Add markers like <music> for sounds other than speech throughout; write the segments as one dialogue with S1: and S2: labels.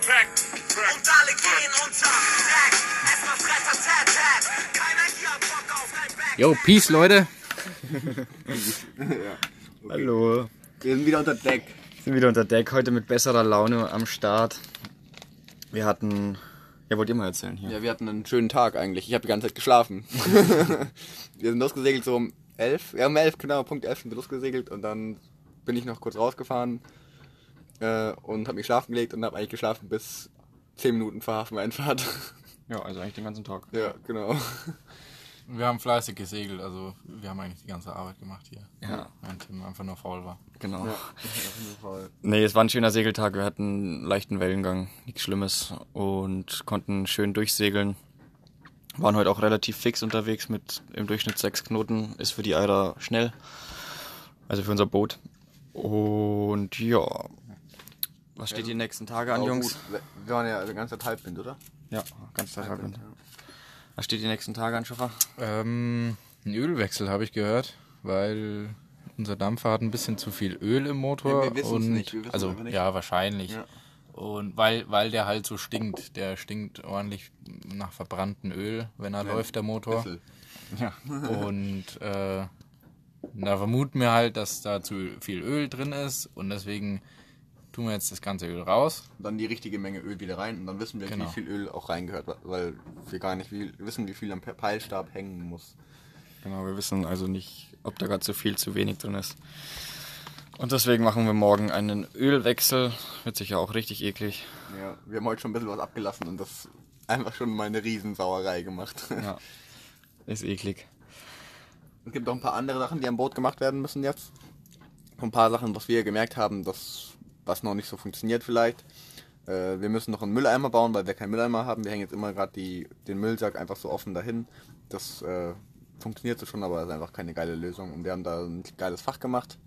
S1: Fact, fact.
S2: Und alle gehen unter. Zack, erstmal Fretter, Tat, Tat. Keiner hier hat Bock auf dein Back.
S3: Yo, Peace, Leute.
S4: Hallo.
S1: Wir sind wieder unter Deck.
S4: Sind wieder unter Deck heute mit besserer Laune am Start. Wir hatten. Ja, wollt ihr mal erzählen hier?
S1: Ja, wir hatten einen schönen Tag eigentlich. Ich habe die ganze
S4: <laughs>
S1: Zeit geschlafen. wir sind losgesegelt so um 11. Ja, um 11, genau, Punkt 11 sind wir losgesegelt und dann bin ich noch kurz rausgefahren äh, und habe mich schlafen gelegt und habe eigentlich geschlafen bis 10 Minuten vor Hafeneinfahrt. <laughs>
S4: Ja, also eigentlich den ganzen Tag.
S1: ja, genau.
S5: Wir haben fleißig gesegelt, also wir haben eigentlich die ganze Arbeit gemacht hier.
S4: Ja.
S5: Während Tim einfach nur faul war.
S4: Genau. Nee, es war ein schöner Segeltag. Wir hatten einen leichten Wellengang, nichts Schlimmes und konnten schön durchsegeln. Waren heute auch relativ fix unterwegs mit im Durchschnitt sechs Knoten. Ist für die Eider schnell. Also für unser Boot. Und ja. Was steht die nächsten Tage an,
S1: Aber
S4: Jungs?
S1: gut, Wir waren ja die ganze Zeit halbwind, oder?
S4: Ja, ganz Tag. Was steht die nächsten Tage an, Schaffer?
S5: Ähm, ein Ölwechsel habe ich gehört, weil unser Dampfer hat ein bisschen zu viel Öl im Motor.
S1: Ja, wir wissen's
S5: und
S1: nicht, wir wissen's
S5: also
S1: einfach nicht.
S5: ja, wahrscheinlich.
S1: Ja.
S5: Und weil weil der halt so stinkt, der stinkt ordentlich nach verbranntem Öl, wenn er läuft der Motor.
S1: Bissel. <laughs>
S5: Und äh, da vermuten wir halt, dass da zu viel Öl drin ist und deswegen tun wir jetzt das ganze Öl raus.
S1: Und dann die richtige Menge Öl wieder rein und dann wissen wir,
S5: Genau.
S1: wie viel Öl auch reingehört, weil- weil wir gar nicht wie, wissen, wie viel am Pe- Peilstab hängen muss.
S4: Genau, wir wissen also nicht, ob da gerade zu viel, zu wenig drin ist. Und deswegen machen wir morgen einen Ölwechsel. Wird sicher auch richtig eklig.
S1: Ja, wir haben heute schon ein bisschen was abgelassen und das einfach schon mal eine Riesensauerei gemacht.
S4: Ja. Ist eklig.
S1: Es gibt noch ein paar andere Sachen, die am Boot gemacht werden müssen jetzt. Ein paar Sachen, was wir gemerkt haben, dass, was noch nicht so funktioniert vielleicht. Äh, wir müssen noch einen Mülleimer bauen, weil wir keinen Mülleimer haben. Wir hängen jetzt immer gerade den Müllsack einfach so offen dahin. Das äh, funktioniert so schon, aber ist einfach keine geile Lösung. Und wir haben da ein geiles Fach gemacht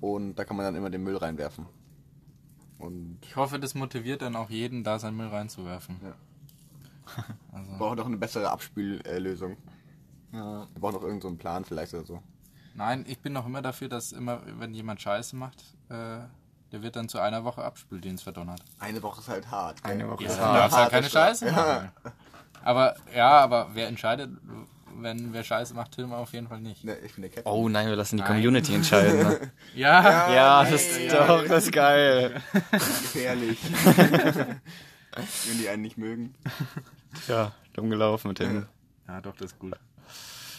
S1: und da kann man dann immer den Müll reinwerfen. Und
S5: Ich hoffe, das motiviert dann auch jeden, da seinen Müll reinzuwerfen.
S1: Ja. wir
S5: Also,
S1: brauchen noch eine bessere Abspüllösung. Ja. Wir brauchen noch irgendeinen so einen Plan vielleicht oder so.
S5: nein, ich bin noch immer dafür, dass immer, wenn jemand Scheiße macht, äh, der wird dann zu einer Woche Abspüldienst verdonnert.
S1: Eine Woche ist halt hart.
S4: Eine Woche
S5: Ja,
S4: ist
S5: dann
S4: hart.
S5: darfst du
S1: harte
S5: halt keine
S1: Strafe.
S5: Scheiße machen. Aber, ja, aber wer entscheidet, wenn wer Scheiße macht, Tim auf jeden Fall nicht.
S1: Ne, ich bin der Captain.
S4: Oh nein, wir lassen die
S5: Nein.
S4: Community entscheiden. Ne? <laughs>
S5: Ja,
S4: ja, das ist doch, das ist geil.
S1: gefährlich. Wenn die einen nicht mögen.
S4: Ja, dumm gelaufen mit dem.
S5: ja doch, das ist gut.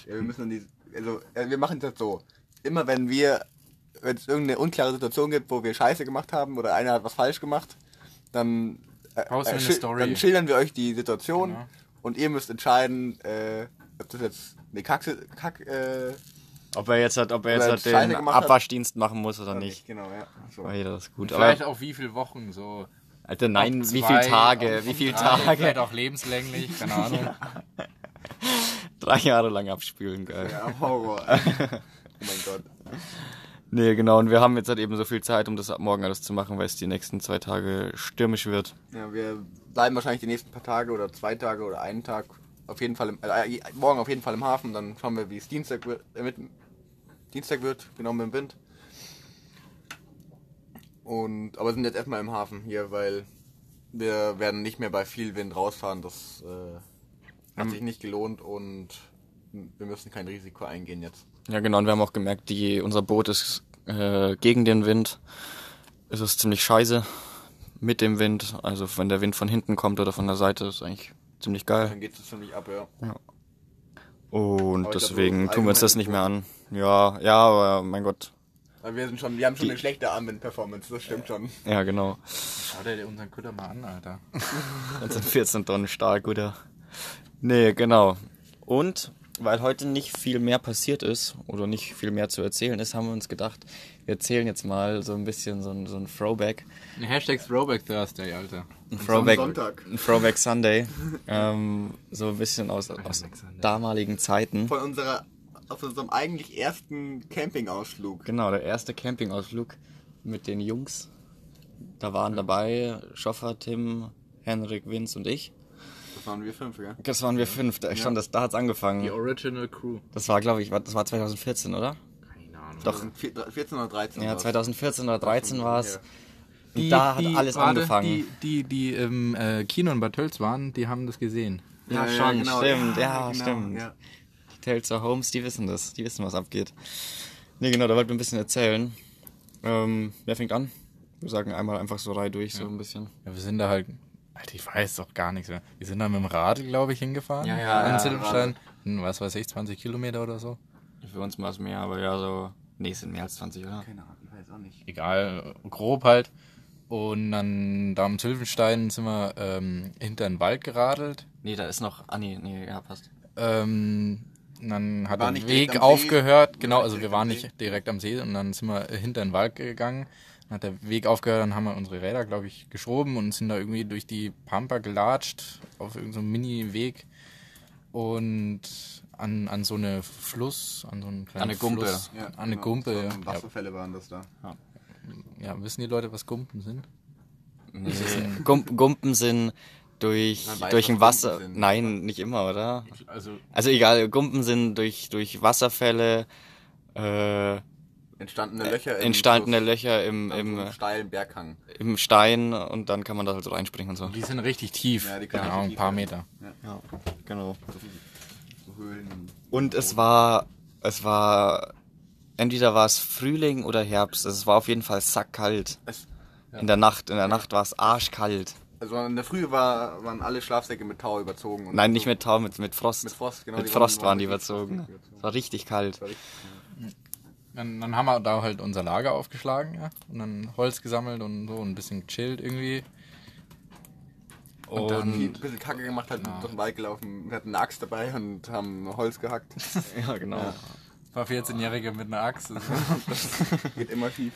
S1: Ja, wir müssen dann die. Also, äh, wir machen es jetzt so. Immer wenn wir. Wenn es irgendeine unklare Situation gibt, wo wir Scheiße gemacht haben oder einer hat was falsch gemacht, dann. Äh,
S5: Posten wir eine
S1: schil-
S5: Story.
S1: Dann schildern wir euch die Situation
S5: Genau.
S1: und ihr müsst entscheiden, äh, ob das jetzt eine Kacke. Kack, äh,
S4: Ob er jetzt hat, ob er jetzt
S1: Oder
S4: hat
S1: Scheine
S4: den
S1: gemacht hat.
S4: Abwaschdienst machen muss oder nicht.
S1: Genau, ja. So.
S4: Oh, jeder ist gut.
S5: Vielleicht
S4: Aber,
S5: auch wie viele Wochen so.
S4: Alter, nein, wie
S5: Zwei,
S4: viele Tage?
S5: auf
S4: Wie viele
S5: drei, Vielleicht
S4: Tage? <laughs>
S5: auch lebenslänglich, keine Ahnung.
S4: Drei Jahre lang abspülen, geil.
S1: Ja, Horror. <laughs> oh mein Gott.
S4: Nee, genau. Und wir haben jetzt halt eben so viel Zeit, um das ab morgen alles zu machen, weil es die nächsten zwei Tage stürmisch wird.
S1: Ja, wir bleiben wahrscheinlich die nächsten paar Tage oder zwei Tage oder einen Tag auf jeden Fall im, äh, morgen auf jeden Fall im Hafen. Dann schauen wir, wie es Dienstag wird, äh, mit, Dienstag wird, genau mit dem Wind. Und aber sind jetzt erstmal im Hafen hier, weil wir werden nicht mehr bei viel Wind rausfahren. Das äh, hat sich nicht gelohnt und wir müssen kein Risiko eingehen jetzt.
S4: Ja, genau. Und wir haben auch gemerkt, die, unser Boot ist äh, gegen den Wind. Es ist ziemlich scheiße mit dem Wind. Also wenn der Wind von hinten kommt oder von der Seite, ist eigentlich ziemlich geil.
S1: Dann geht es ziemlich ab, ja.
S4: Und
S1: Aber ich glaub,
S4: deswegen
S1: so
S4: tun wir uns das nicht mehr an. Ja, ja, aber mein Gott.
S1: Aber wir sind schon, wir haben schon eine schlechte Armwind-Performance, das stimmt schon.
S4: Ja, genau.
S5: Schau dir unseren Kutter mal an, Alter.
S4: Dann sind 14 Tonnen stark, oder? Nee, genau. Und weil heute nicht viel mehr passiert ist oder nicht viel mehr zu erzählen ist, haben wir uns gedacht, wir erzählen jetzt mal so ein bisschen so ein, so ein Throwback.
S5: Hashtag Throwback Thursday, Alter.
S4: Ein Throwback,
S1: Sonntag.
S4: ein Throwback Sunday. ähm, so ein bisschen aus, aus damaligen Zeiten.
S1: Von unserer, auf unserem eigentlich ersten Campingausflug.
S4: Genau, der erste Campingausflug mit den Jungs. Da waren dabei Schoffer, Tim, Henrik, Vince und ich.
S1: Das waren wir fünf, gell?
S4: Das waren wir fünf. Da, schon, das, da hat's angefangen.
S5: Die Original Crew.
S4: Das war, glaube ich, war- das war 2014, oder?
S1: Also
S5: Keine Ahnung.
S4: Doch.
S1: 14 oder 13.
S4: Ja,
S1: war's.
S4: 2014 oder 13 war es. Und da hat alles
S5: warte,
S4: angefangen.
S5: Die, die, die im äh, Kino in Bad Tölz waren, die haben das gesehen.
S4: Ja,
S1: Ja, ja,
S4: schon,
S1: genau.
S4: stimmt,
S1: Ja,
S4: ja,
S1: genau,
S4: stimmt.
S1: ja.
S4: Die Tales of Holmes, die wissen das, die wissen, was abgeht. Ne, genau, da wollte ich ein bisschen erzählen. Ähm, wer fängt an? Wir sagen einmal einfach so rei durch, so ein bisschen.
S5: Ja, wir sind da halt. Alter, ich weiß doch gar nichts mehr. Wir sind da mit dem Rad, glaube ich, hingefahren.
S4: Ja, ja,
S5: An
S4: ja,
S5: Silbenstein. Hm, was weiß ich, 20 Kilometer oder so.
S4: Für uns mal es mehr, aber ja, so. Nee, es sind mehr als 20, oder?
S1: Keine Ahnung, ich weiß auch nicht.
S5: Egal, grob halt. Und dann da am Silbenstein sind wir ähm, hinter den Wald geradelt.
S4: Nee, da ist noch. Ah, nee, nee, ja, <laughs> passt.
S5: Ähm, und dann hat
S1: waren
S5: der
S1: nicht direkt am
S5: Weg
S1: See.
S5: aufgehört. Genau,
S1: waren
S5: also
S1: nicht
S5: wir
S1: direkt
S5: waren
S1: am
S5: nicht direkt am See und dann sind wir hinter den Wald gegangen. Dann hat der Weg aufgehört, dann haben wir unsere Räder, glaube ich, geschoben und sind da irgendwie durch die Pampa gelatscht auf irgendeinem so einem Mini-Weg und an, an so eine Fluss, an so einen kleinen
S4: An eine Gumpe.
S5: Fluss,
S1: Ja, genau.
S5: an eine Gumpe.
S1: So,
S5: Ja. Ja,
S1: Wasserfälle waren das da.
S5: ja, wissen die Leute, was Gumpen sind?
S4: Nee. Gum Gumpen sind durch,
S1: Man weiß,
S4: durch
S1: was
S4: ein Wasser.
S1: Gumpen sind.
S4: Nein, nicht immer, oder?
S5: Also
S4: Also egal, Gumpen sind durch, durch Wasserfälle, äh,
S1: Entstandene Löcher. im
S4: entstandene
S1: Fluss,
S4: Löcher im,
S1: an so
S4: im, äh,
S1: einem steilen Berghang.
S4: im Stein und dann kann man da halt so reinspringen und so.
S5: die sind richtig tief,
S1: Ja, die können
S5: keine
S1: richtig
S5: Ahnung, ein
S1: tief
S5: paar
S1: sein.
S5: Meter.
S4: Ja, genau.
S1: So Höhlen.
S4: Und es war, es war, entweder war es Frühling oder Herbst. Es war auf jeden Fall sackkalt.
S1: Es,
S4: In der Nacht, in der Nacht war es arschkalt.
S1: also in der Früh war, waren alle Schlafsäcke mit Tau überzogen. Und
S4: Nein, nicht mit Tau, mit, mit Frost.
S1: Mit Frost, genau,
S4: Mit
S1: die
S4: Frost
S1: waren-
S4: waren die
S1: waren richtig
S4: überzogen.
S1: frostig überzogen.
S4: Es war richtig kalt.
S5: Dann, dann haben wir da halt unser Lager aufgeschlagen, ja. Und dann Holz gesammelt und so und ein bisschen gechillt irgendwie.
S1: Und haben die ein
S5: Und,
S1: bisschen Kacke gemacht, hatten durch den Wald gelaufen, hatten eine Axt dabei und haben Holz
S4: <laughs>
S1: gehackt.
S4: Ja, genau.
S5: war 14-Jährige mit einer Axt.
S1: Geht immer schief.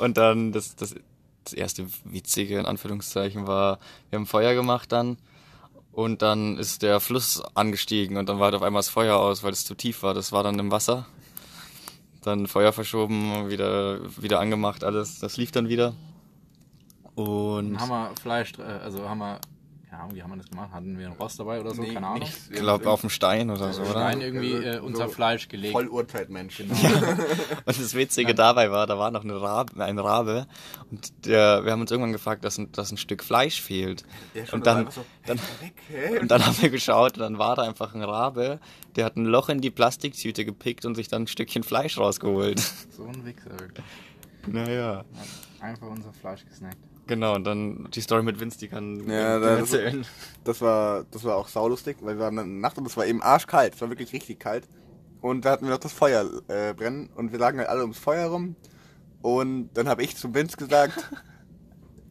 S4: Und dann das, das, das erste witzige in Anführungszeichen war, wir haben Feuer gemacht dann und dann ist der Fluss angestiegen und dann war halt auf einmal das Feuer aus, weil es zu tief war. Das war dann im Wasser. Dann Feuer verschoben, wieder, wieder angemacht, alles. Das lief dann wieder. Und
S5: <laughs> Dann haben wir Fleisch, äh, also haben wir, keine Ahnung, wie haben wir das gemacht? Hatten wir einen Rost dabei oder so? keine Ahnung.
S1: nichts.
S4: ich glaube auf dem Stein oder so, oder?
S5: Nein, irgendwie äh, unser
S1: So
S5: Fleisch gelegt.
S1: Voll Urzeitmensch.
S4: Genau. Und das Witzige dabei war, da war noch eine Rabe, ein Rabe und der, wir haben uns irgendwann gefragt, dass ein, dass ein Stück Fleisch fehlt.
S1: Ja, schon,
S4: und
S1: das war
S4: dann,
S1: einfach so,
S4: dann,
S1: hey, weg, hä?
S4: und dann haben wir geschaut und dann war da einfach ein Rabe, der hat ein Loch in die Plastiktüte gepickt und sich dann ein Stückchen Fleisch rausgeholt.
S5: So ein Wichser. wirklich.
S4: Naja.
S5: Einfach unser Fleisch gesnackt.
S4: Genau, und dann die Story mit Vince, die kann
S1: Ja,
S4: kann
S1: das-
S4: erzählen.
S1: Das war, das war auch saulustig, weil wir waren in der Nacht und es war eben arschkalt. Es war wirklich richtig kalt. Und da hatten wir noch das Feuer äh, brennen und wir lagen halt alle ums Feuer rum. Und dann habe ich zu Vince <laughs> gesagt,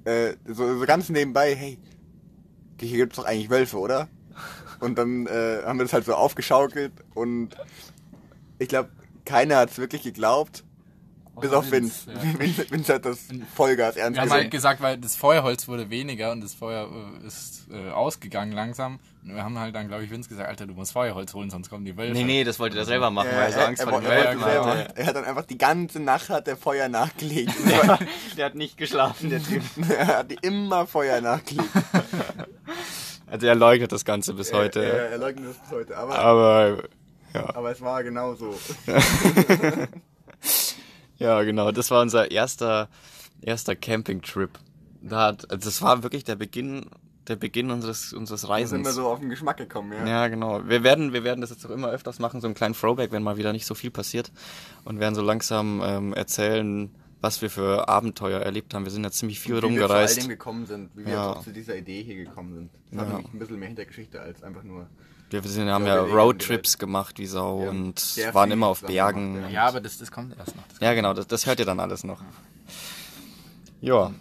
S1: äh, so, so ganz nebenbei, hey, hier gibt's doch eigentlich Wölfe, oder? Und dann äh, haben wir das halt so aufgeschaukelt und ich glaube, keiner hat's wirklich geglaubt. Bis
S5: Außer
S1: auf Vince.
S5: Vince,
S1: <laughs> Vince, Vince hat das Vollgas ernst
S5: Wir haben
S1: genommen.
S5: halt gesagt, weil das Feuerholz wurde weniger und das Feuer äh, ist äh, ausgegangen langsam. Und wir haben halt dann, glaube ich, Vince gesagt, Alter, du musst Feuerholz holen, sonst kommen die Wölfe.
S4: Nee, nee, das wollte er selber machen, weil er so
S1: Äh, er-
S4: Angst
S1: er
S4: vor den
S1: wollte- er
S4: Wölfen
S1: wollte selber.
S4: hatte.
S1: Er hat dann einfach die ganze Nacht hat der
S4: <laughs>
S1: Feuer nachgelegt.
S4: Der hat nicht geschlafen, der Typ.
S1: er hat immer Feuer nachgelegt.
S4: Also er leugnet das Ganze bis heute. Ah.
S1: Er, er, er leugnet das bis heute. Aber,
S4: Aber
S1: aber es war genau so.
S4: Ja, genau. Das war unser erster, erster Campingtrip. Da hat, also das war wirklich der Beginn, der Beginn unseres, unseres
S1: Da sind
S4: Reisens.
S1: wir so auf den Geschmack gekommen, ja.
S4: ja, genau. Wir werden, wir werden das jetzt auch immer öfters machen, so einen kleinen Throwback, wenn mal wieder nicht so viel passiert. Und werden so langsam ähm, erzählen, was wir für Abenteuer erlebt haben. Wir sind ja ziemlich viel
S1: Wie wir zu all dem
S4: rumgereist.
S1: gekommen sind, wie wir
S4: Ja.
S1: jetzt auch zu dieser Idee hier gekommen sind. Das hat
S4: Ja.
S1: nämlich ein bisschen mehr Hintergeschichte als einfach nur.
S4: Wir sind, haben
S1: Ja,
S4: ja
S1: wir leben
S4: Roadtrips gemacht wie Sau
S1: Ja,
S4: und
S1: sehr
S4: waren
S1: viel
S4: immer auf
S1: zusammen
S4: Bergen.
S1: gemacht,
S5: Ja, aber das, das kommt erst noch. Das
S4: Ja, genau, das, das hört ihr dann alles noch. Ja.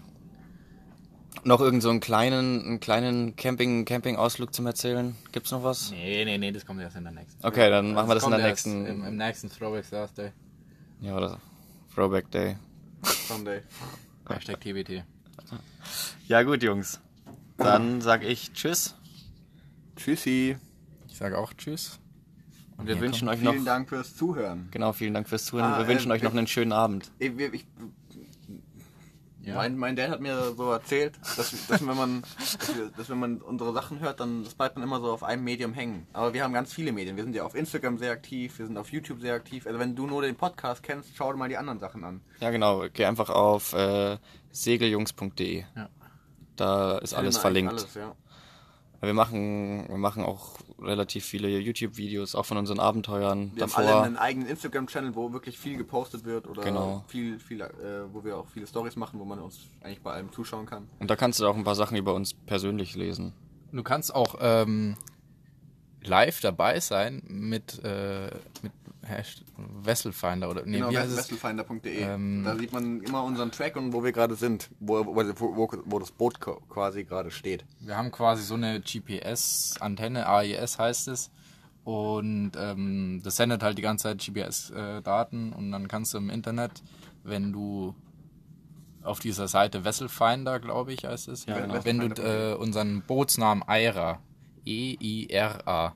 S4: Noch irgend so einen kleinen, einen kleinen Camping, Camping-Ausflug zum Erzählen? Gibt's noch was?
S5: Nee, nee, nee, das kommt erst in der nächsten.
S4: Okay, dann machen wir das in
S5: kommt
S4: der
S5: erst
S4: nächsten.
S5: Im, im nächsten Throwback Thursday.
S4: ja, oder Throwback Day.
S1: Someday.
S5: Hashtag TBT.
S4: Ja, gut, Jungs. Dann sag ich Tschüss.
S1: Tschüssi.
S5: Ich sage auch Tschüss.
S4: Und wir
S5: Ja,
S4: wünschen euch noch.
S1: Vielen Dank fürs Zuhören.
S4: Genau, vielen Dank fürs Zuhören.
S1: Ah,
S4: wir wünschen
S1: äh,
S4: euch noch einen schönen Abend.
S1: Ich, ich, Mein, mein Dad hat mir so erzählt, dass, dass, wenn man, dass, wir, dass wenn man unsere Sachen hört, dann das bleibt man immer so auf einem Medium hängen. Aber wir haben ganz viele Medien. Wir sind ja auf Instagram sehr aktiv, wir sind auf YouTube sehr aktiv. Also wenn du nur den Podcast kennst, schau dir mal die anderen Sachen an.
S4: Ja, genau. Geh einfach auf äh, segeljungs.de. Da ist alles
S1: Immer
S4: verlinkt.
S1: Alles, ja.
S4: Wir machen, wir machen auch relativ viele YouTube-Videos, auch von unseren Abenteuern
S1: Wir haben alle
S4: davor.
S1: einen eigenen Instagram-Channel, wo wirklich viel gepostet wird oder
S4: Genau.
S1: viel, viel, äh, wo wir auch viele Stories machen, wo man uns eigentlich bei allem zuschauen kann.
S4: Und da kannst du auch ein paar Sachen über uns persönlich lesen.
S5: Du kannst auch ähm, live dabei sein mit, äh, mit Hash Vesselfinder oder nee,
S1: Genau,
S5: wie heißt es?
S1: wesselfinder.de.
S5: Ähm,
S1: da sieht man immer unseren Track und wo wir gerade sind, wo, wo, wo, wo das Boot ko- quasi gerade steht.
S5: Wir haben quasi so eine GPS-Antenne, AIS heißt es. Und ähm, das sendet halt die ganze Zeit GPS-Daten und dann kannst du im Internet, wenn du auf dieser Seite Vesselfinder, glaube ich, heißt es,
S1: genau.
S5: wenn du äh, unseren Bootsnamen Eira, E E-I-R-A,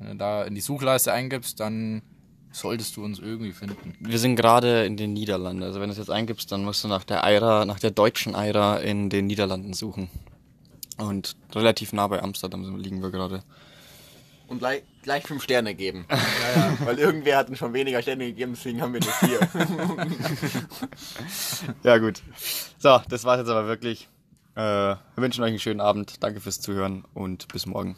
S5: wenn du da in die Suchleiste eingibst, dann solltest du uns irgendwie finden.
S4: Wir sind gerade in den Niederlanden. Also wenn du es jetzt eingibst, dann musst du nach der Eira, nach der deutschen Eira in den Niederlanden suchen. Und relativ nah bei Amsterdam sind- liegen wir gerade.
S1: Und gleich, gleich fünf Sterne
S5: <laughs>
S1: geben. Weil irgendwer hat uns schon weniger Sterne gegeben, deswegen haben wir nur vier.
S4: Ja, gut. So, das war's jetzt aber wirklich. Äh, wir wünschen euch einen schönen Abend. Danke fürs Zuhören und bis morgen.